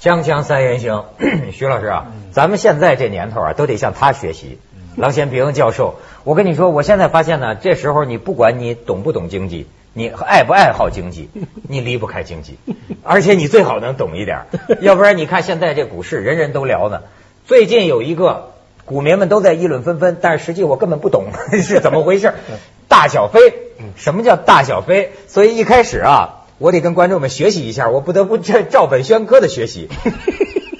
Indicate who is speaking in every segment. Speaker 1: 锵锵三人行，徐老师啊，咱们现在这年头啊，都得向他学习。郎咸平教授，我跟你说，我现在发现呢，这时候你不管你懂不懂经济，你爱不爱好经济，你离不开经济， 而且你最好能懂一点儿，要不然你看现在这股市，人人都聊呢。最近有一个股民们都在议论纷纷，但是实际我根本不懂 是怎么回事。大小非，什么叫大小非？所以一开始啊，我得跟观众们学习一下，我不得不这照本宣科的学习。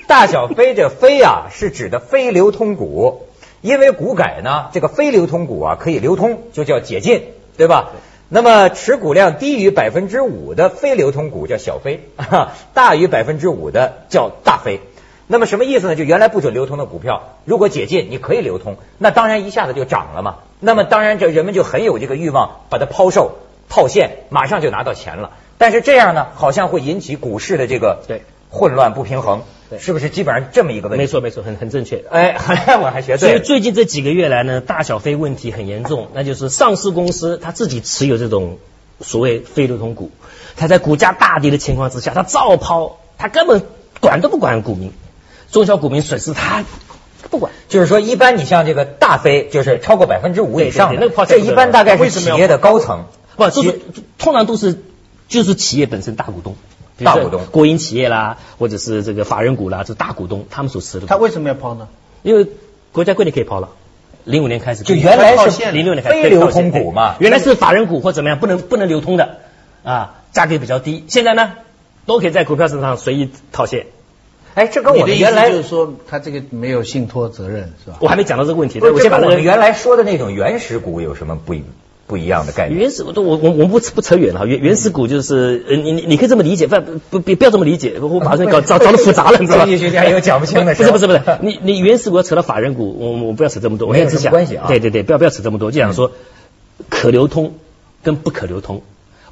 Speaker 1: 大小非这非啊，是指的非流通股，因为股改呢，这个非流通股啊可以流通，就叫解禁，对吧？那么持股量低于百分之五的非流通股叫小非， 大于百分之五的叫大非。那么什么意思呢？就原来不准流通的股票，如果解禁，你可以流通，那当然一下子就涨了嘛。那么当然，这人们就很有这个欲望，把它抛售、套现，马上就拿到钱了。但是这样呢，好像会引起股市的这个
Speaker 2: 对
Speaker 1: 混乱不平衡，
Speaker 2: 对
Speaker 1: 是不是基本上这么一个问题？
Speaker 2: 没错没错，很很正确。
Speaker 1: 哎， 我还学
Speaker 2: 所
Speaker 1: 对
Speaker 2: 以
Speaker 1: 了。
Speaker 2: 最近这几个月来呢，大小非问题很严重，那就是上市公司它自己持有这种所谓非流通股，它在股价大跌的情况之下，它照抛，它根本管都不管股民，中小股民损失它不管。
Speaker 1: 就是说，一般你像这个大非，就是超过百分之五以上的，
Speaker 2: 对对对那个抛
Speaker 1: 这
Speaker 2: 售不得
Speaker 1: 一
Speaker 2: 了
Speaker 1: 般大概是
Speaker 2: 为什
Speaker 1: 企
Speaker 2: 么要
Speaker 1: 业的高层，
Speaker 2: 不，都是
Speaker 1: 企
Speaker 2: 通常都是就是企业本身大股东，
Speaker 1: 大股东
Speaker 2: 国营企业啦，或者是这个法人股啦，这大股东他们所持的股，
Speaker 3: 他为什么要抛呢？
Speaker 2: 因为国家规定可以抛了。零五年开始，
Speaker 1: 就原来
Speaker 3: 套
Speaker 1: 是
Speaker 3: 现
Speaker 2: 零六年开始
Speaker 1: 非流通股嘛
Speaker 2: 对，原来是法人股或怎么样，不能不能流通的啊，价格比较低。现在呢，都可以在股票市场上随意套现。
Speaker 1: 哎，这跟我
Speaker 3: 你的
Speaker 1: 们
Speaker 3: 意思
Speaker 1: 原来
Speaker 3: 就是说他这个没有信托责任是吧？
Speaker 2: 我还没讲到这个问题，
Speaker 1: 不
Speaker 2: 但
Speaker 1: 是
Speaker 2: 我
Speaker 1: 这
Speaker 2: 先把
Speaker 1: 跟
Speaker 2: 这
Speaker 1: 我
Speaker 2: 个
Speaker 1: 们原来说的那种原始股有什么不一不一样的概念？
Speaker 2: 原始我都我我我们不不扯远了哈，原原始股就是呃你你你可以这么理解，不不不不要这么理解，我我马 上搞找找的复杂了，你知道吗？
Speaker 1: 经济学家有讲不清的
Speaker 2: 不
Speaker 1: 是
Speaker 2: 是
Speaker 1: 吧
Speaker 2: 不是不是，你你原始股要扯到法人股，我我不要扯这么多，我
Speaker 1: 没有
Speaker 2: 也只
Speaker 1: 什么
Speaker 2: 讲
Speaker 1: 关系啊嗯
Speaker 2: 对对对，不要不要扯这么多，就想说可流通跟不可流通。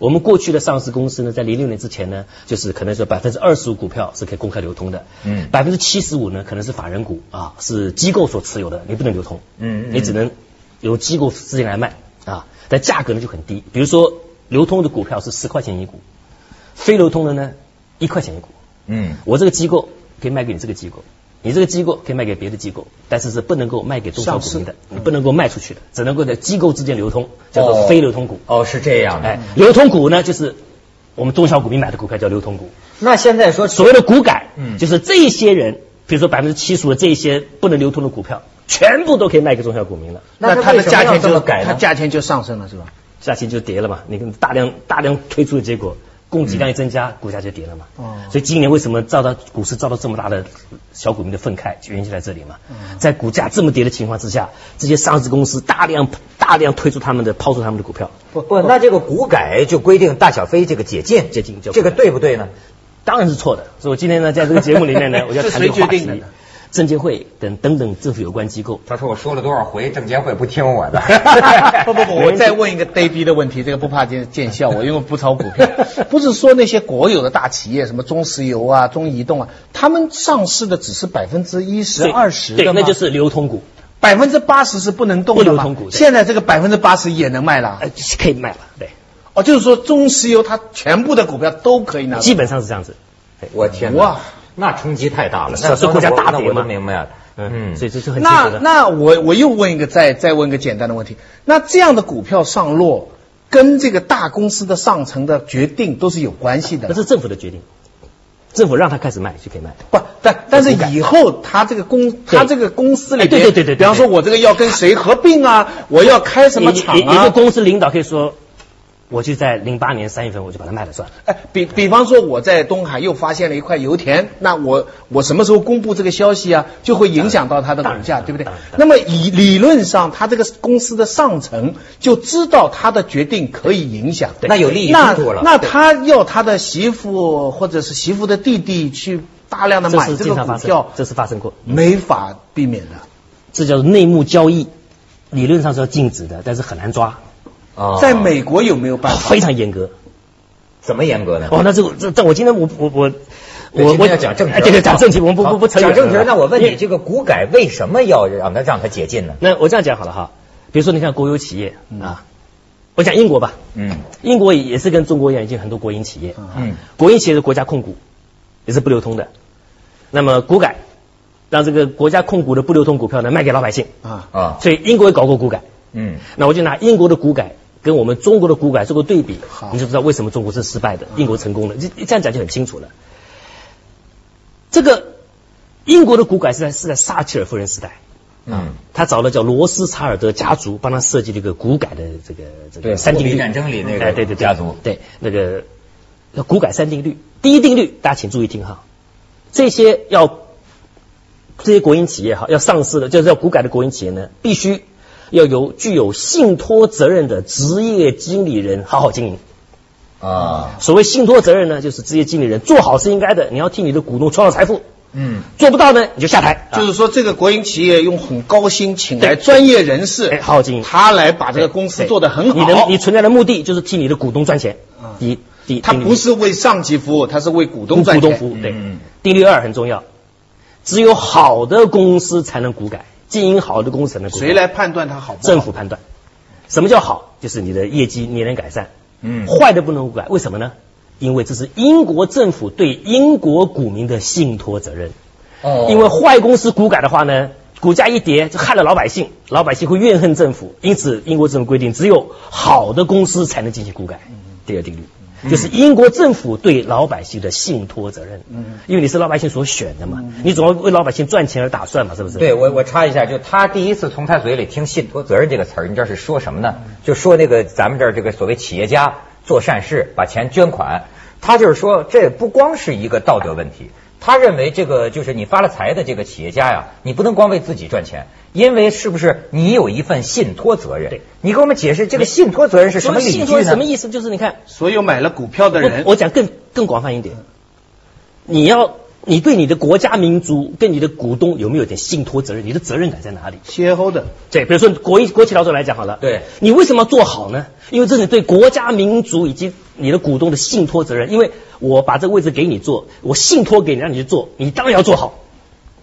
Speaker 2: 我们过去的上市公司呢，在零六年之前呢，就是可能说百分之二十五股票是可以公开流通的，
Speaker 1: 嗯
Speaker 2: 百分之七十五呢可能是法人股啊，是机构所持有的，你不能流通，
Speaker 1: 嗯嗯
Speaker 2: 你只能由机构资金来卖啊，但价格呢就很低，比如说流通的股票是十块钱一股，非流通的呢一块钱一股，
Speaker 1: 嗯，
Speaker 2: 我这个机构可以卖给你这个机构，你这个机构可以卖给别的机构，但是是不能够卖给中小股民的，你不能够卖出去的，只能够在机构之间流通，叫做非流通股。
Speaker 1: 嗯哦，是这样的。
Speaker 2: 哎，流通股呢，就是我们中小股民买的股票叫流通股。
Speaker 1: 那现在说
Speaker 2: 所谓的股改，
Speaker 1: 嗯
Speaker 2: 就是这一些人，比如说百分之七十的这一些不能流通的股票，全部都可以卖给中小股民了。
Speaker 1: 那
Speaker 3: 它的价钱
Speaker 1: 这
Speaker 3: 就
Speaker 1: 么改
Speaker 3: 它
Speaker 1: 呢？
Speaker 3: 价钱就上升了是吧？
Speaker 2: 价钱就跌了嘛。你看大量大量推出的结果，供给量一增加，股价就跌了嘛。
Speaker 3: 嗯哦
Speaker 2: 所以今年为什么遭到股市遭到这么大的小股民的愤慨，原因就在这里嘛。
Speaker 3: 哦
Speaker 2: 在股价这么跌的情况之下，这些上市公司大量大量推出他们的抛出他们的股票，
Speaker 1: 不不，那这个股改就规定大小非这个解禁，
Speaker 2: 解禁就
Speaker 1: 这个对不对呢？
Speaker 2: 当然是错的。所以我今天呢，在这个节目里面 呢，我就要谈这个话
Speaker 3: 这谁决定的
Speaker 2: 题
Speaker 3: 呢。
Speaker 2: 证监会等等等政府有关机构，
Speaker 1: 他说我说了多少回，证监会不听 我的
Speaker 3: 不不不，我再问一个呆逼的问题，这个不怕见见笑我，因为不炒股票。不是说那些国有的大企业，什么中石油啊、中移动啊，他们上市的只是百分之一十、
Speaker 2: 对
Speaker 3: 二十
Speaker 2: 对，
Speaker 3: 的
Speaker 2: 那
Speaker 3: 吗？
Speaker 2: 就是流通股，
Speaker 3: 百分之八十是不能动的
Speaker 2: 不流
Speaker 3: 嘛
Speaker 2: 通股对
Speaker 3: 现在这个百分之八十也能卖了
Speaker 2: 呃，是可以卖了，对，
Speaker 3: 哦，就是说中石油它全部的股票都可以拿。
Speaker 2: 基本上是这样子。
Speaker 1: 我天
Speaker 3: 哇
Speaker 1: 哪，那冲击太大了，
Speaker 2: 是啊
Speaker 1: 那
Speaker 2: 所以股价大
Speaker 1: 那
Speaker 2: 跌
Speaker 1: 我都
Speaker 2: 嘛
Speaker 1: 明白了。嗯，
Speaker 2: 所以这是很清楚
Speaker 3: 那
Speaker 2: 的。
Speaker 3: 那我我又问一个再再问一个简单的问题，那这样的股票上落跟这个大公司的上层的决定都是有关系的
Speaker 2: 那。是政府的决定，政府让他开始卖就可以卖。
Speaker 3: 不，但但是以后他这个公他这个公司里边，
Speaker 2: 哎对对对对对
Speaker 3: 比方说我这个要跟谁合并啊，我要开什么厂
Speaker 2: 一一一个
Speaker 3: 啊？
Speaker 2: 公司领导可以说，我就在零八年三月份我就把它卖了算了。
Speaker 3: 哎，比比方说我在东海又发现了一块油田，那我我什么时候公布这个消息啊，就会影响到它的股价，
Speaker 2: 当然
Speaker 3: 对不对
Speaker 2: 当然？当然
Speaker 3: 那么以理论上，他这个公司的上层就知道他的决定可以影响。
Speaker 2: 对
Speaker 1: 那有利益
Speaker 3: 那
Speaker 1: 冲突了。
Speaker 3: 那他要他的媳妇或者是媳妇的弟弟去大量的
Speaker 2: 这
Speaker 3: 买
Speaker 2: 是
Speaker 3: 这
Speaker 2: 经
Speaker 3: 个
Speaker 2: 常
Speaker 3: 股
Speaker 2: 发生
Speaker 3: 票，，
Speaker 2: 这是发生过，
Speaker 3: 没法避免的。
Speaker 2: 这叫做内幕交易，理论上是要禁止的，但是很难抓，
Speaker 1: 哦
Speaker 3: 在美国有没有
Speaker 1: 啊
Speaker 3: 办法？
Speaker 2: 非常严格。
Speaker 1: 怎么严格呢？
Speaker 2: 哦，那这个这这我今天我我我
Speaker 1: 对
Speaker 2: 我
Speaker 1: 今天
Speaker 2: 我
Speaker 1: 要讲正题
Speaker 2: 哎
Speaker 1: 了，
Speaker 2: 对对讲正题，我们不
Speaker 1: 好
Speaker 2: 不不扯
Speaker 1: 讲
Speaker 2: 远了
Speaker 1: 正题。那我问
Speaker 2: 因
Speaker 1: 你，
Speaker 2: 为
Speaker 1: 这个股改为什么要让它让它解禁呢？
Speaker 2: 那我这样讲好了哈，比如说你看国有企业
Speaker 3: 嗯
Speaker 2: 啊，我讲英国吧，
Speaker 1: 嗯
Speaker 2: 英国也啊是跟中国一样，已经很多国营企业，
Speaker 3: 嗯
Speaker 1: 嗯，
Speaker 2: 国营企业是国家控股，也是不流通的。那么股改，让这个国家控股的不流通股票呢卖给老百姓。
Speaker 3: 啊，
Speaker 1: 啊，
Speaker 2: 所以英国也搞过股改，
Speaker 1: 嗯，
Speaker 2: 那我就拿英国的股改跟我们中国的股改做个对比
Speaker 3: 好，
Speaker 2: 你就知道为什么中国是失败的，英国成功了。这这样讲就很清楚了。这个英国的股改是在是在撒切尔夫人时代，
Speaker 1: 嗯，
Speaker 2: 他找了叫罗斯查尔德家族帮他设计了一个股改的这个这
Speaker 1: 对
Speaker 2: 个三定
Speaker 1: 货
Speaker 2: 律
Speaker 1: 币战争里那个
Speaker 2: 哎对对对
Speaker 1: 家族
Speaker 2: 对那个那股改三定律，第一定律大家请注意听哈，这些要这些国营企业哈要上市的，就是要股改的国营企业呢，必须要有具有信托责任的职业经理人好好经营。
Speaker 1: 啊，
Speaker 2: 所谓信托责任呢，就是职业经理人做好是应该的，你要替你的股东创造财富，
Speaker 1: 嗯，
Speaker 2: 做不到呢你就下台。啊
Speaker 3: 就是说这个国营企业用很高薪请来
Speaker 2: 对
Speaker 3: 专业人士，
Speaker 2: 哎好好经营
Speaker 3: 他来把这个公司
Speaker 2: 对
Speaker 3: 做得很好。
Speaker 2: 你
Speaker 3: 啊
Speaker 2: 的你存在的目的就是替你的股东赚钱。第一，第一，
Speaker 3: 他
Speaker 2: 定律
Speaker 3: 不是为上级服务，他是为股东
Speaker 2: 股
Speaker 3: 赚钱。
Speaker 2: 东服务。对
Speaker 1: 嗯，
Speaker 2: 定律二很重要，只有好的公司才能股改，经营好的公司才能股改。
Speaker 3: 谁？来判断他好不好？
Speaker 2: 政府判断。什么叫好？就是你的业绩年年改善。
Speaker 1: 嗯，
Speaker 2: 坏的不能股改，为什么呢？因为这是英国政府对英国股民的信托责任。
Speaker 1: 哦
Speaker 2: 因为坏公司股改的话呢，股价一跌就害了老百姓，老百姓会怨恨政府，因此英国政府规定，只有好的公司才能进行股改。第二定律就是英国政府对老百姓的信托责任，因为你是老百姓所选的嘛，你总要为老百姓赚钱而打算嘛，是不是？
Speaker 1: 对我我插一下，就他第一次从他嘴里听“信托责任”这个词儿，你知道是说什么呢？就说那个咱们这儿这个所谓企业家做善事，把钱捐款，他就是说这不光是一个道德问题。他认为这个就是你发了财的这个企业家呀，你不能光为自己赚钱，因为是不是你有一份信托责任
Speaker 2: 对？
Speaker 1: 你给我们解释这个信托责任是什
Speaker 2: 所
Speaker 1: 么
Speaker 2: 谓
Speaker 1: 理
Speaker 2: 信
Speaker 1: 据
Speaker 2: 托是
Speaker 1: 呢
Speaker 2: 什么？意思？就是你看，
Speaker 3: 所有买了股票的人
Speaker 2: 我，我讲更更广泛一点，你要你对你的国家民族跟你的股东有没有点信托责任？你的责任感在哪里？
Speaker 3: shareholder
Speaker 2: 对，比如说国一国企劳动来讲好了，
Speaker 1: 对，
Speaker 2: 你为什么要做好呢？因为这是你对国家、民族以及你的股东的信托责任。因为我把这个位置给你做，我信托给你让你去做，你当然要做好，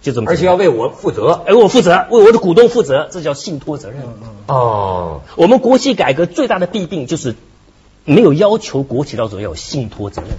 Speaker 2: 就这么简单。
Speaker 1: 而且要为我负责。
Speaker 2: 哎，我负责，为我的股东负责，这叫信托责任。
Speaker 1: 哦，
Speaker 2: 我们国企改革最大的弊病就是没有要求国企劳动要有信托责任。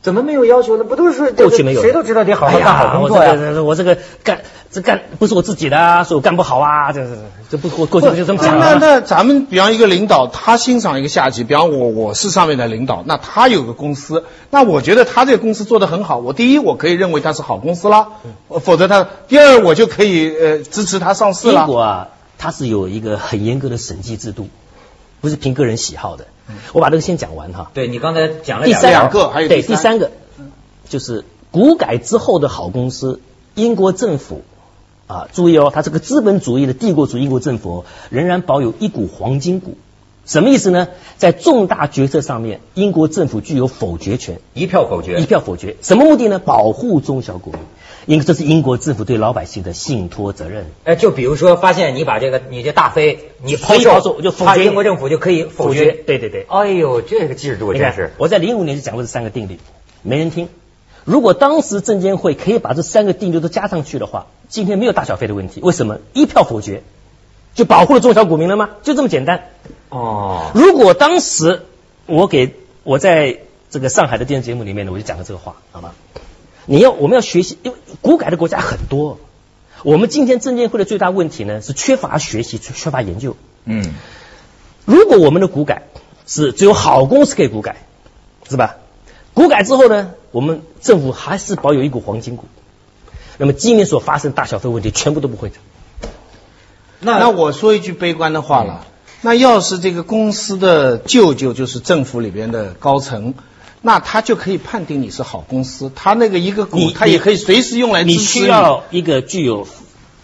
Speaker 1: 怎么没有要求呢？不都是
Speaker 2: 过去没有的，
Speaker 1: 谁都知道得好好
Speaker 2: 哎呀
Speaker 1: 干好工作呀
Speaker 2: 我这。个我这个干这干不是我自己的啊，所以我干不好啊，这这这不过过去就这么讲
Speaker 3: 那
Speaker 2: 啊。
Speaker 3: 那咱们比方一个领导，他欣赏一个下级，比方我我是上面的领导，那他有个公司，那我觉得他这个公司做得很好，我第一我可以认为他是好公司啦，
Speaker 2: 嗯
Speaker 3: 呃否则他第二我就可以呃支持他上市
Speaker 2: 英
Speaker 3: 啦。
Speaker 2: 国啊，它是有一个很严格的审计制度，不是凭个人喜好的。我把这个先讲完哈。
Speaker 1: 对你刚才讲了
Speaker 2: 第
Speaker 1: 条
Speaker 2: 三
Speaker 3: 嗯两个还有
Speaker 2: 对
Speaker 3: 第
Speaker 2: 第
Speaker 3: 三
Speaker 2: 三个就是股改之后的好公司，英国政府啊，注意哦，它这个资本主义的帝国主义英国政府哦仍然保有一股黄金股。什么意思呢？在重大决策上面，英国政府具有否决权，
Speaker 1: 一票否决
Speaker 2: 一。票否决。什么目的呢？保护中小股民。因这是英国政府对老百姓的信托责任。
Speaker 1: 哎，就比如说，发现你把这个你这大飞你抛
Speaker 2: 非
Speaker 1: 售，
Speaker 2: 抛售就否决
Speaker 1: 他英国政府就可以否决。
Speaker 2: 对对对。
Speaker 1: 哎呦，这个制度
Speaker 2: 你
Speaker 1: 真
Speaker 2: 看，
Speaker 1: 是，
Speaker 2: 我在零五年就讲过这三个定律，没人听。如果当时证监会可以把这三个定律都加上去的话，今天没有大小非的问题。为什么？一票否决就保护了中小股民了吗？就这么简单。
Speaker 1: 哦，
Speaker 2: 如果当时我给我在这个上海的电视节目里面呢，我就讲了这个话，好吗？你要我们要学习，因为股改的国家很多。我们今天证监会的最大问题呢是缺乏学习，缺缺乏研究。
Speaker 1: 嗯，
Speaker 2: 如果我们的股改是只有好公司可以股改，是吧？股改之后呢，我们政府还是保有一股黄金股。那么今年所发生大小非问题，全部都不会的。
Speaker 1: 那
Speaker 3: 那我说一句悲观的话
Speaker 2: 嗯
Speaker 3: 了，那要是这个公司的舅舅就是政府里边的高层。那他就可以判定你是好公司，他那个一个股，
Speaker 2: 你
Speaker 3: 他也可以随时用来支
Speaker 2: 你
Speaker 3: 持
Speaker 2: 需要一个具有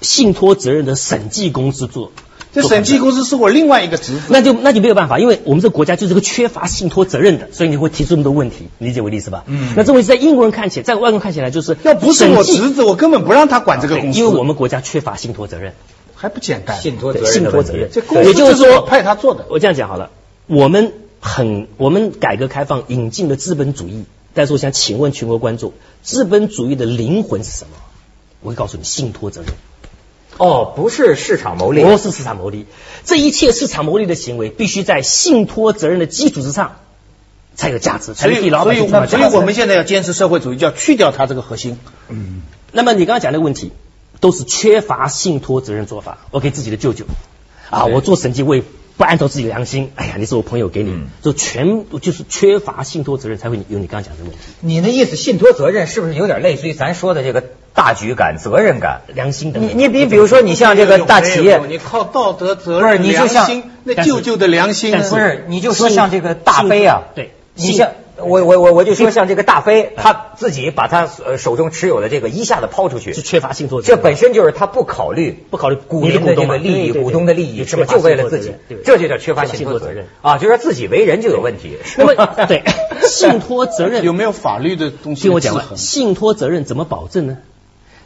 Speaker 2: 信托责任的审计公司做。
Speaker 3: 这审计公司是我另外一个侄子。
Speaker 2: 那就那就没有办法，因为我们这个国家就是个缺乏信托责任的，所以你会提出这么多问题，你理解我的意思吧？嗯。那这问题在英国人看起来，在外国人看起来就是
Speaker 3: 要不是我
Speaker 2: 审计啊
Speaker 3: 侄子，我根本不让他管这个
Speaker 2: 对
Speaker 3: 公司，
Speaker 2: 因为我们国家缺乏信托责任，
Speaker 3: 还不简单。
Speaker 1: 信托责
Speaker 2: 对
Speaker 1: 任，
Speaker 2: 信托责任，
Speaker 3: 这公司
Speaker 2: 也就是
Speaker 3: 就是我
Speaker 2: 说
Speaker 3: 派他做的
Speaker 2: 我这样讲好了，我们很我们改革开放引进了资本主义，但是我想请问全国观众，资本主义的灵魂是什么？我会告诉你，信托责任。
Speaker 1: 哦，不是市场牟利，
Speaker 2: 不是市场牟利，这一切市场牟利的行为必须在信托责任的基础之上才有价值，
Speaker 3: 所
Speaker 2: 全
Speaker 3: 以
Speaker 2: 体老
Speaker 3: 所
Speaker 2: 百
Speaker 3: 以
Speaker 2: 姓
Speaker 3: 我
Speaker 2: 才有
Speaker 3: 们
Speaker 2: 价
Speaker 3: 所
Speaker 2: 值
Speaker 3: 以我们现在要坚持社会主义，就要去掉它这个核心。
Speaker 2: 那么你刚刚讲那个问题，都是缺乏信托责任做法。我给自己的舅舅啊，我做审计我也不按照自己的良心，哎呀，你是我朋友给你，就全就是缺乏信托责任才会有你刚刚讲的问题，
Speaker 1: 你那意思，信托责任是不是有点类似于咱说的这个大局感、责任感？
Speaker 2: 良心的。
Speaker 1: 你你比比如说，你像这个大企业
Speaker 3: 哎没有，你靠道德责
Speaker 1: 不是
Speaker 3: 任、
Speaker 1: 你就
Speaker 3: 良
Speaker 1: 像
Speaker 3: 心，那
Speaker 2: 但是
Speaker 3: 舅舅的良心呢
Speaker 2: 但
Speaker 1: 不是，你就说像这个大
Speaker 2: 信
Speaker 1: 飞啊，
Speaker 2: 对
Speaker 1: 你
Speaker 2: 信
Speaker 1: 像我我我我就说像这个大飞，他自己把他呃手中持有的这个一下子抛出去
Speaker 2: 是，缺乏信托责
Speaker 1: 这
Speaker 2: 任，
Speaker 1: 本身就是他不考虑
Speaker 2: 不考虑
Speaker 1: 股民的这
Speaker 2: 啊
Speaker 1: 个利益、股东的利益，是吧？就为了自己，这就叫缺乏信托责任。啊，就说自己为人就有问 题。
Speaker 2: 那么 对信托责任
Speaker 3: 有没有法律的东西？
Speaker 2: 听我讲完，信托责任怎么保证呢？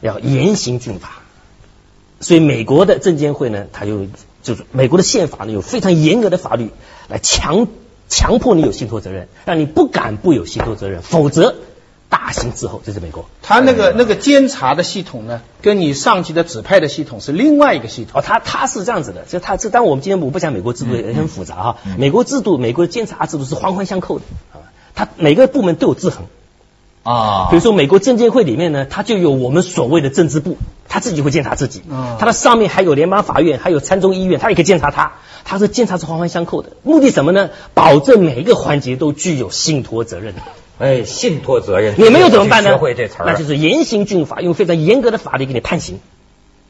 Speaker 2: 要严刑峻法。所以美国的证监会呢，它有就是美国的宪法呢有非常严格的法律来强强迫你有信托责任，让你不敢不有信托责任，否则大刑伺候。这是美国
Speaker 3: 他那个那个监察的系统呢，跟你上级的指派的系统是另外一个系统。
Speaker 2: 哦，它它是这样子的，就它这当然我们今天我不讲美国制度也很复杂哈，美国制度美国监察制度是环环相扣的啊，它每个部门都有制衡。
Speaker 1: 啊
Speaker 2: 比如说美国证监会里面呢，它就有我们所谓的政治部，他自己会监察自己
Speaker 3: 嗯，
Speaker 2: 他的上面还有联邦法院，还有参众议院，他也可以监察他，他是监察是环环相扣的，目的什么呢？保证每一个环节都具有信托责任。
Speaker 1: 哎，信托责任，
Speaker 2: 你没有怎么办
Speaker 1: 学
Speaker 2: 呢？
Speaker 1: 会这词
Speaker 2: 那
Speaker 1: 儿
Speaker 2: 就，是严刑峻法，用非常严格的法律给你判刑，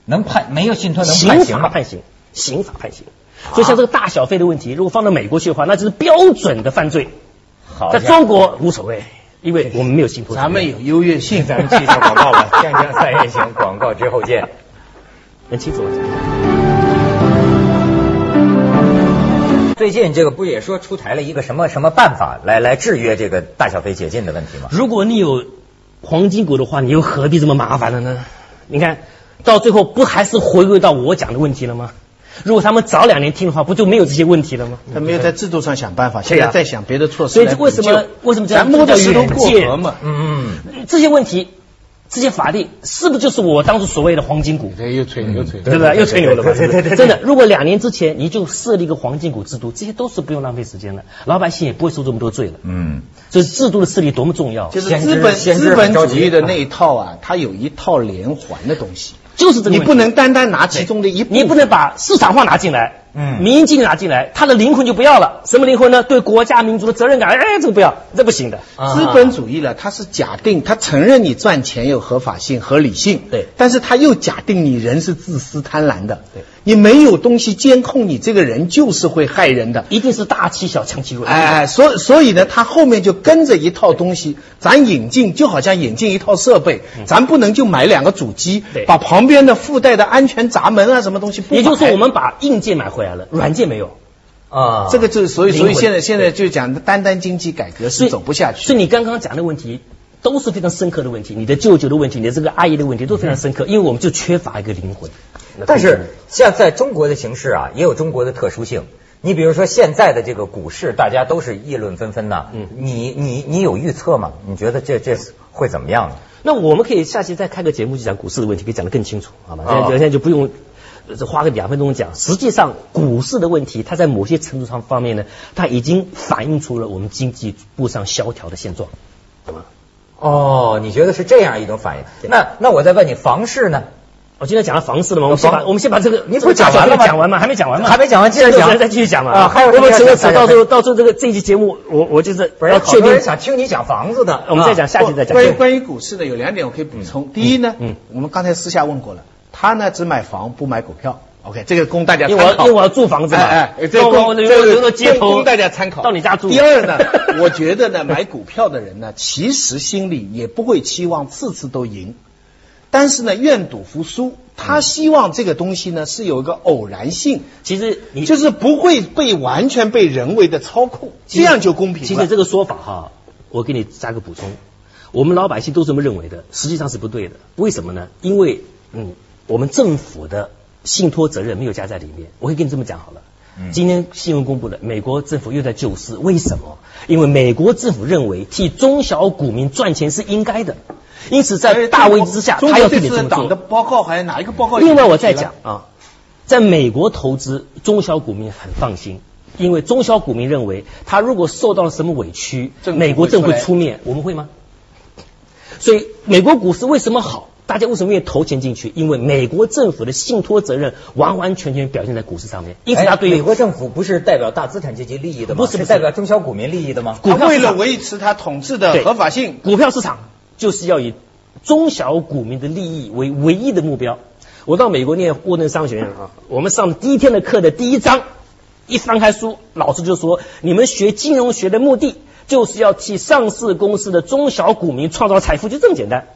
Speaker 1: 能判没有信托能判
Speaker 2: 刑
Speaker 1: 刑
Speaker 2: 法
Speaker 1: 吗？啊
Speaker 2: 判刑，刑法判刑。所以像这个大小费的问题，如果放到美国去的话，那就是标准的犯罪，
Speaker 1: 好
Speaker 2: 在中国无所谓，因为我们没有信托责任。
Speaker 3: 咱们有优越性，
Speaker 1: 咱们去一下广告吧，《锵锵三人行》广告之后见。
Speaker 2: 能清楚吗？啊
Speaker 1: 最近这个不也说出台了一个什么什么办法来来制约这个大小非解禁的问题吗？
Speaker 2: 如果你有黄金股的话，你又何必这么麻烦了呢？你看到最后不还是回归到我讲的问题了吗？如果他们早两年听的话，不就没有这些问题了吗？
Speaker 3: 他没有在制度上想办法，
Speaker 2: 对
Speaker 3: 现
Speaker 2: 呀
Speaker 3: 在在想别的措施。
Speaker 2: 啊所以为什么为什么这样
Speaker 3: 咱摸着石头
Speaker 2: 这
Speaker 3: 过
Speaker 2: 叫远见
Speaker 3: 河嘛？
Speaker 1: 嗯，
Speaker 2: 这些问题，这些法律是不是就是我当初所谓的黄金股？
Speaker 3: 对，又吹又吹。
Speaker 2: 对不对？又吹牛了嘛？
Speaker 1: 对对对对对
Speaker 2: 真的，如果两年之前你就设立一个黄金股制度，这些都是不用浪费时间的，老百姓也不会受这么多罪了。
Speaker 1: 嗯，
Speaker 2: 所以制度的设立多么重要，
Speaker 3: 就是
Speaker 1: 先知
Speaker 3: 资本
Speaker 1: 先知
Speaker 3: 资本
Speaker 1: 很着急
Speaker 3: 主义的那一套啊，它有一套连环的东西，
Speaker 2: 就是这个问题。
Speaker 3: 你不能单单拿其中的一部分。
Speaker 2: 你不能把市场化拿进来，
Speaker 1: 嗯
Speaker 2: 嗯，民营经济拿进来，他的灵魂就不要了。什么灵魂呢？对国家民族的责任感，哎，这个不要，这不行的。
Speaker 3: 资本主义了，它是假定，它承认你赚钱有合法性、合理性，
Speaker 2: 对
Speaker 3: 但是它又假定你人是自私贪婪的，对，你没有东西监控你这个人，就是会害人的。
Speaker 2: 一定是大欺小，强欺弱。
Speaker 3: 哎，哎，所所以呢，它后面就跟着一套东西，咱引进就好像引进一套设备，咱不能就买两个主机
Speaker 2: 对，
Speaker 3: 把旁边的附带的安全闸门啊什么东西不买
Speaker 2: 也就是说，我们把硬件买回来了，软件没有，
Speaker 1: 啊，
Speaker 3: 这个就是所以所以
Speaker 2: 灵魂
Speaker 3: 现在现在就讲单单经济改革
Speaker 2: 所
Speaker 3: 是
Speaker 2: 以
Speaker 3: 走不下去的。
Speaker 2: 所以你刚刚讲的问题都是非常深刻的问题，你的舅舅的问题，你的这个阿姨的问题都非常深刻，因为我们就缺乏一个灵魂。
Speaker 1: 但是像在中国的形势啊，也有中国的特殊性。你比如说现在的这个股市，大家都是议论纷纷呐、
Speaker 2: 嗯
Speaker 1: 你你你有预测吗？你觉得这这会怎么样呢？
Speaker 2: 那我们可以下期再开个节目去讲股市的问题，可以讲得更清楚，好吧？现在
Speaker 1: 哦
Speaker 2: 就现在就不用。呃这花个两分钟讲，实际上股市的问题，它在某些程度上方面呢，它已经反映出了我们经济步上萧条的现状，好吗？
Speaker 1: 哦，你觉得是这样一种反应？那那我再问你，房市呢？
Speaker 2: 我今天讲了房市了吗？我们先把
Speaker 1: 房
Speaker 2: 我们先把这个，
Speaker 1: 你不是讲完了吗
Speaker 2: 这个讲完吗？还没讲完吗？
Speaker 1: 还没讲完接着讲
Speaker 2: 这个再继续讲嘛。
Speaker 1: 啊还有什
Speaker 2: 我
Speaker 1: 么
Speaker 2: 们
Speaker 1: 要
Speaker 2: 这个
Speaker 1: 讲大家
Speaker 2: 到时
Speaker 1: 再
Speaker 2: 候到时候这个这一期节目，我我就是
Speaker 1: 不是，
Speaker 2: 要
Speaker 1: 好
Speaker 2: 确
Speaker 1: 多
Speaker 2: 定
Speaker 1: 人，想听你讲房子的。啊
Speaker 2: 我们再讲，下期再讲。
Speaker 3: 关于关于股市呢，有两点我可以补充。第一呢，
Speaker 2: 嗯
Speaker 3: 我们刚才私下问过了，他呢只买房不买股票。OK，这个供大家
Speaker 2: 因
Speaker 3: 参
Speaker 2: 为我要
Speaker 3: 考。
Speaker 2: 因为我要住房子嘛，
Speaker 3: 哎哎，这
Speaker 2: 到
Speaker 3: 个
Speaker 2: 我
Speaker 3: 供
Speaker 2: 留
Speaker 3: 这
Speaker 2: 留到
Speaker 3: 个
Speaker 2: 街头
Speaker 3: 供大家参考。
Speaker 2: 到你家住。
Speaker 3: 第二 呢，我觉得呢，买股票的人呢，其实心里也不会期望次次都赢，但是呢，愿赌服输。
Speaker 2: 嗯
Speaker 3: 他希望这个东西呢是有一个偶然性，
Speaker 2: 其实你
Speaker 3: 就是不会被完全被人为的操控，
Speaker 2: 其
Speaker 3: 这
Speaker 2: 实
Speaker 3: 样就公平了。
Speaker 2: 其实这个说法哈，我给你加个补充，我们老百姓都这么认为的，实际上是不对的。为什么呢？因为嗯，我们政府的信托责任没有加在里面。我会跟你这么讲好了。
Speaker 3: 嗯
Speaker 2: 今天新闻公布了，美国政府又在救市，为什么？因为美国政府认为替中小股民赚钱是应该的，因此在大危机之下，
Speaker 3: 哎中
Speaker 2: 他要
Speaker 3: 国
Speaker 2: 对
Speaker 3: 这
Speaker 2: 你这
Speaker 3: 次
Speaker 2: 么
Speaker 3: 党的
Speaker 2: 做。
Speaker 3: 报告好像哪一个报告？
Speaker 2: 另外，我再讲，啊，在美国投资中小股民很放心，因为中小股民认为，他如果受到了什么委屈，
Speaker 3: 政府
Speaker 2: 美国政府
Speaker 3: 会出来
Speaker 2: 出面，我们会吗？所以美国股市为什么好？大家为什么愿意投钱进去？因为美国政府的信托责任完完全全表现在股市上面，因此它对
Speaker 1: 哎
Speaker 2: 于
Speaker 1: 美国政府不是代表大资产阶级利益的吗？
Speaker 2: 不是不是
Speaker 1: 代表中小股民利益的吗？
Speaker 2: 股
Speaker 3: 他
Speaker 2: 票
Speaker 3: 为
Speaker 2: 市
Speaker 3: 了
Speaker 2: 场
Speaker 3: 维持他统治的
Speaker 2: 对
Speaker 3: 合法性，
Speaker 2: 股票市场就是要以中小股民的利益为唯一的目标。我到美国念沃顿商学院啊，我们上第一天的课的第一章，一翻开书，老师就说，你们学金融学的目的就是要替上市公司的中小股民创造财富，就这么简单。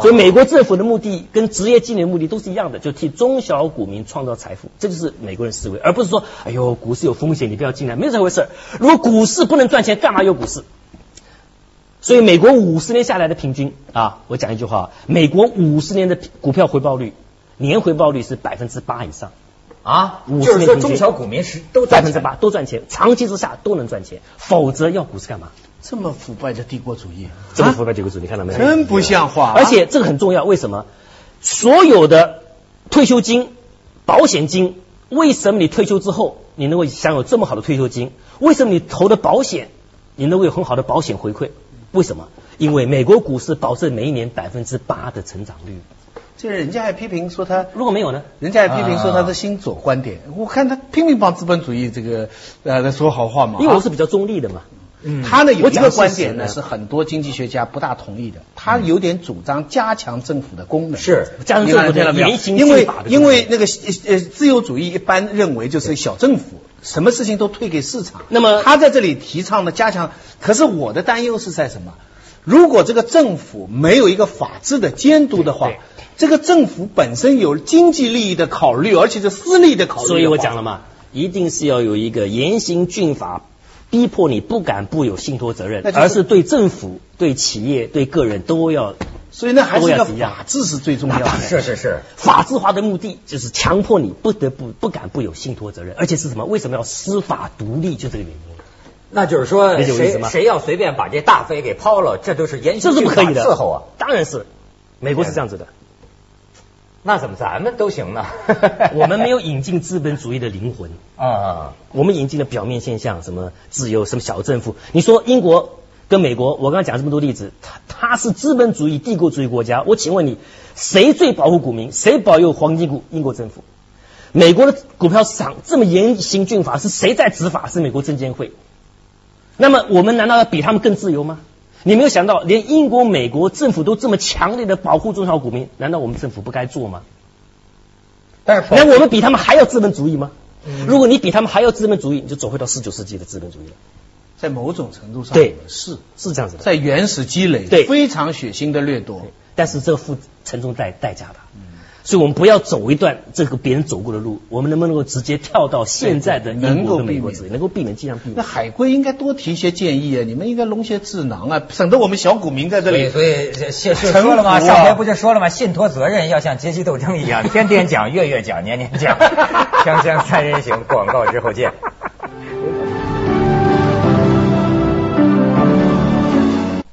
Speaker 2: 所以美国政府的目的跟职业经理的目的都是一样的，就替中小股民创造财富，这就是美国人思维，而不是说，哎呦，股市有风险，你不要进来，没有这回事儿。如果股市不能赚钱，干嘛有股市？所以美国五十年下来的平均啊，我讲一句话啊，美国五十年的股票回报率，年回报率是百分之八以上。
Speaker 1: 啊，
Speaker 2: 五
Speaker 1: 就
Speaker 2: 十
Speaker 1: 是
Speaker 2: 年
Speaker 1: 说
Speaker 2: 平均
Speaker 1: 中小股民是都
Speaker 2: 百
Speaker 1: 赚
Speaker 2: 分之
Speaker 1: 钱
Speaker 2: 八都赚钱，长期之下都能赚钱，否则要股市干嘛？啊
Speaker 3: 这么腐败的帝国主义，
Speaker 2: 这个腐败结构组，你看到没有？
Speaker 3: 啊真不像话。啊
Speaker 2: 而且这个很重要，为什么？所有的退休金、保险金，为什么你退休之后你能够享有这么好的退休金？为什么你投的保险你能够有很好的保险回馈？为什么？因为美国股市保证每一年百分之八的成长率，
Speaker 3: 这人家还批评说他，
Speaker 2: 如果没有呢？
Speaker 3: 人家还批评说
Speaker 2: 啊
Speaker 3: 他是新左观点。我看他拼命帮资本主义这个呃在说好话嘛。
Speaker 2: 因为我是比较中立的嘛。
Speaker 1: 嗯
Speaker 3: 他呢有
Speaker 2: 我
Speaker 3: 一
Speaker 2: 讲
Speaker 3: 个
Speaker 2: 事
Speaker 3: 观
Speaker 2: 实
Speaker 3: 点呢
Speaker 2: 呢
Speaker 3: 是很多经济学家不大同意的，他有点主张加强政府的功能。
Speaker 1: 是
Speaker 2: 加上
Speaker 3: 你
Speaker 2: 政府
Speaker 3: 看见
Speaker 2: 的
Speaker 3: 了没有
Speaker 2: 严刑
Speaker 3: 因
Speaker 2: 峻
Speaker 3: 为
Speaker 2: 法的这种，
Speaker 3: 因为那个呃自由主义一般认为就是小政府，什么事情都推给市场。
Speaker 2: 那么
Speaker 3: 他在这里提倡的加强，可是我的担忧是在什么？如果这个政府没有一个法治的监督的话
Speaker 2: 对对，
Speaker 3: 这个政府本身有经济利益的考虑，而且是私利的考虑。
Speaker 2: 所以我讲了，嘛，一定是要有一个严刑峻法，逼迫你不敢不有信托责任，
Speaker 3: 那就是
Speaker 2: 而是对政府、对企业、对个人都要
Speaker 3: 所以那还是
Speaker 2: 欧
Speaker 3: 一
Speaker 2: 亚
Speaker 3: 个
Speaker 2: 是一样
Speaker 3: 法治是最重要的。
Speaker 1: 是是是，
Speaker 2: 法治化的目的，就是强迫你不得不不敢不有信托责任，而且是什么？为什么要司法独立？就这个原因。
Speaker 1: 那就是说
Speaker 2: 理解我意思
Speaker 1: 谁
Speaker 2: 吗
Speaker 1: 谁要随便把这大飞给抛了，这都是严刑
Speaker 2: 这是
Speaker 1: 峻
Speaker 2: 不
Speaker 1: 法
Speaker 2: 可以的，
Speaker 1: 伺候啊，哎
Speaker 2: 当然是，美国是这样子 的，
Speaker 1: 那怎么咱们都行 呢？
Speaker 2: 我们没有引进资本主义的灵魂。
Speaker 1: 啊，
Speaker 2: 我们引进了表面现象，什么自由，什么小政府。你说英国跟美国，我刚刚讲这么多例子，它它是资本主义、帝国主义国家。我请问你，谁最保护股民？谁保佑黄金股？英国政府。美国的股票市场这么严刑峻法，是谁在执法？是美国证监会。那么我们难道要比他们更自由吗？你没有想到，连英国、美国政府都这么强烈的保护中小股民，难道我们政府不该做吗？
Speaker 1: 但是
Speaker 2: 那我们比他们还要资本主义吗？
Speaker 3: 嗯
Speaker 2: 如果你比他们还要资本主义，你就走回到十九世纪的资本主义了。
Speaker 3: 在某种程度上，
Speaker 2: 对
Speaker 3: 是
Speaker 2: 是这样子的。
Speaker 3: 在原始积累，
Speaker 2: 对
Speaker 3: 非常血腥的掠夺。
Speaker 2: 但是这付沉重代代价的，
Speaker 3: 嗯
Speaker 2: 所以我们不要走一段这个别人走过的路，我们能不能够直接跳到现在的英
Speaker 3: 能够
Speaker 2: 国跟美
Speaker 3: 避
Speaker 2: 国
Speaker 3: 免
Speaker 2: 之间，能够避免尽量避
Speaker 3: 那
Speaker 2: 免。
Speaker 3: 海归应该多提一些建议啊，你们应该弄些智囊啊，省得我们小股民在这
Speaker 1: 所以，
Speaker 3: 里。
Speaker 1: 所以这谢谢
Speaker 3: 臣服
Speaker 1: 说了吗？
Speaker 3: 啊
Speaker 1: 上回不就说了吗？信托责任要像阶级斗争一 样，天天讲，月月 讲，年年讲。锵锵三人行，广告之后见。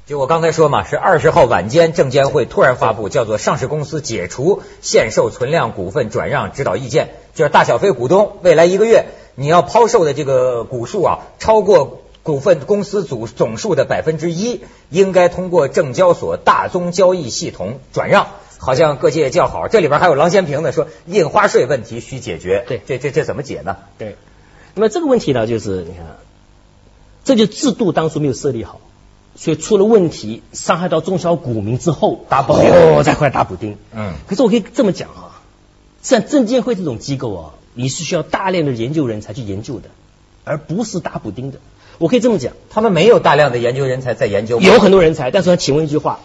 Speaker 1: 就我刚才说嘛，是二十号晚间，证监会突然发布叫做《上市公司解除限售存量股份转让指导意见》，就是大小非股东未来一个月你要抛售的这个股数啊，超过股份公司总总数的百分之一，应该通过证交所大宗交易系统转让。好像各界叫好，这里边还有郎咸平呢，说印花税问题需解决。
Speaker 2: 对
Speaker 1: 这这这怎么解呢？
Speaker 2: 对，那么这个问题呢，就是你看啊，这就制度当初没有设立好，所以出了问题，伤害到中小股民之后，
Speaker 1: 打补丁
Speaker 2: 哦，再回来打补丁。
Speaker 1: 嗯
Speaker 2: 可是我可以这么讲啊，像证监会这种机构啊，你是需要大量的研究人才去研究的，而不是打补丁的。我可以这么讲，
Speaker 1: 他们没有大量的研究人才在研究吗。
Speaker 2: 有很多人才，但是请问一句话：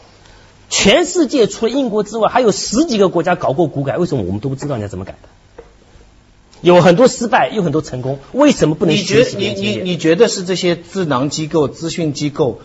Speaker 2: 全世界除了英国之外，还有十几个国家搞过股改，为什么我们都不知道人家怎么改的？有很多失败，有很多成功，为什么不能
Speaker 3: 你
Speaker 2: 学
Speaker 3: 觉
Speaker 2: 习
Speaker 3: 你
Speaker 2: 跟经
Speaker 3: 你
Speaker 2: 验
Speaker 3: 你觉得是这些智囊机构、资讯机构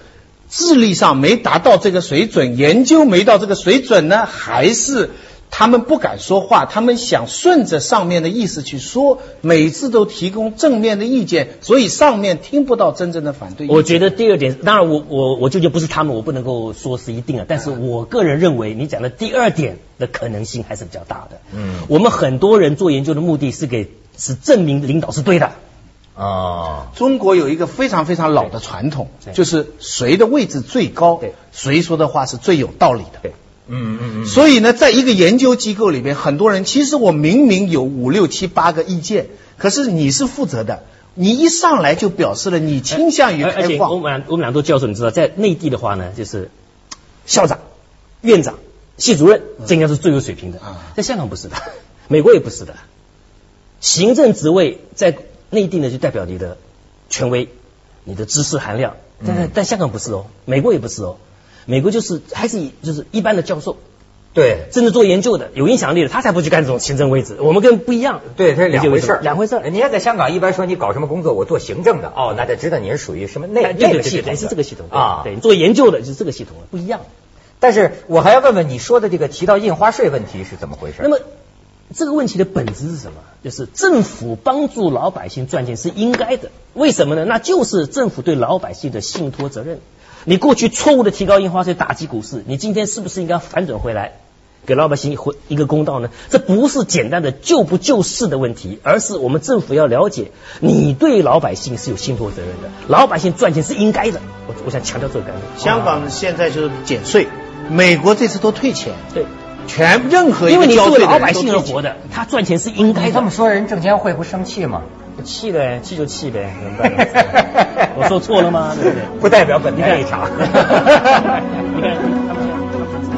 Speaker 3: 智力上没达到这个水准，研究没到这个水准呢，还是他们不敢说话，他们想顺着上面的意思去说，每次都提供正面的意见，所以上面听不到真正的反对意见。
Speaker 2: 我觉得第二点，当然我我我究竟不是他们，我不能够说是一定的，但是我个人认为你讲的第二点的可能性还是比较大的。
Speaker 1: 嗯
Speaker 2: 嗯，我们很多人做研究的目的是给是证明领导是对的，
Speaker 1: 啊，
Speaker 3: 中国有一个非常非常老的传统，就是谁的位置最高
Speaker 2: 对，
Speaker 3: 谁说的话是最有道理的。
Speaker 2: 对
Speaker 1: 嗯嗯嗯，
Speaker 3: 所以呢，在一个研究机构里边，很多人其实我明明有五六七八个意见，可是你是负责的，你一上来就表示了你倾向于
Speaker 2: 而而
Speaker 3: 开
Speaker 2: 且我
Speaker 3: 放，
Speaker 2: 们俩我们俩都教授，你知道，在内地的话呢，就是校长、院长、系主任，这应该是最有水平的
Speaker 3: 啊。
Speaker 2: 在香港不是的， 美国也不是的。行政职位在内地呢，就代表你的权威、你的知识含量，但在
Speaker 1: 嗯
Speaker 2: 但香港不是哦，美国也不是哦，美国就是还是以就是一般的教授，
Speaker 1: 对
Speaker 2: 甚至做研究的、有影响力的，他才不去干这种行政位置。我们跟不一样，
Speaker 1: 对，这是两
Speaker 2: 理解
Speaker 1: 回
Speaker 2: 为
Speaker 1: 事
Speaker 2: 什
Speaker 1: 儿
Speaker 2: 么两回事儿。
Speaker 1: 人家在香港一般说你搞什么工作，我做行政的，哦，那就知道你是属于什么那
Speaker 2: 哎对
Speaker 1: 那个
Speaker 2: 对对
Speaker 1: 系
Speaker 2: 对
Speaker 1: 统
Speaker 2: 对，
Speaker 1: 的
Speaker 2: 是这个系统
Speaker 1: 啊
Speaker 2: 啊。。对，你做研究的就是这个系统了，不一样。
Speaker 1: 但是我还要问问你说的这个提到印花税问题是怎么回事？
Speaker 2: 那么这个问题的本质是什么？就是政府帮助老百姓赚钱是应该的，为什么呢？那就是政府对老百姓的信托责任。你过去错误的提高印花税打击股市，你今天是不是应该反转回来，给老百姓回一个公道呢？这不是简单的救不救市的问题，而是我们政府要了解，你对老百姓是有信托责任的，老百姓赚钱是应该的。我我想强调这个概念。
Speaker 3: 香港现在就是减税，美国这次都退钱，
Speaker 2: 对，
Speaker 3: 全任何一
Speaker 2: 因为
Speaker 3: 个
Speaker 2: 你是
Speaker 3: 交
Speaker 2: 为
Speaker 3: 税的
Speaker 2: 老
Speaker 3: 人
Speaker 2: 百
Speaker 3: 都
Speaker 2: 姓而
Speaker 3: 退钱
Speaker 2: 活。的，他赚钱是应该
Speaker 1: 你
Speaker 2: 的。
Speaker 1: 这哎
Speaker 3: 嗯
Speaker 1: 么说，人证监会不生气吗？
Speaker 2: 气呗，气就气呗，能办？我说错了吗？对不对？
Speaker 3: 哎
Speaker 1: 不代表本
Speaker 2: 你
Speaker 1: 台
Speaker 2: 看
Speaker 1: 立场
Speaker 2: 你看他们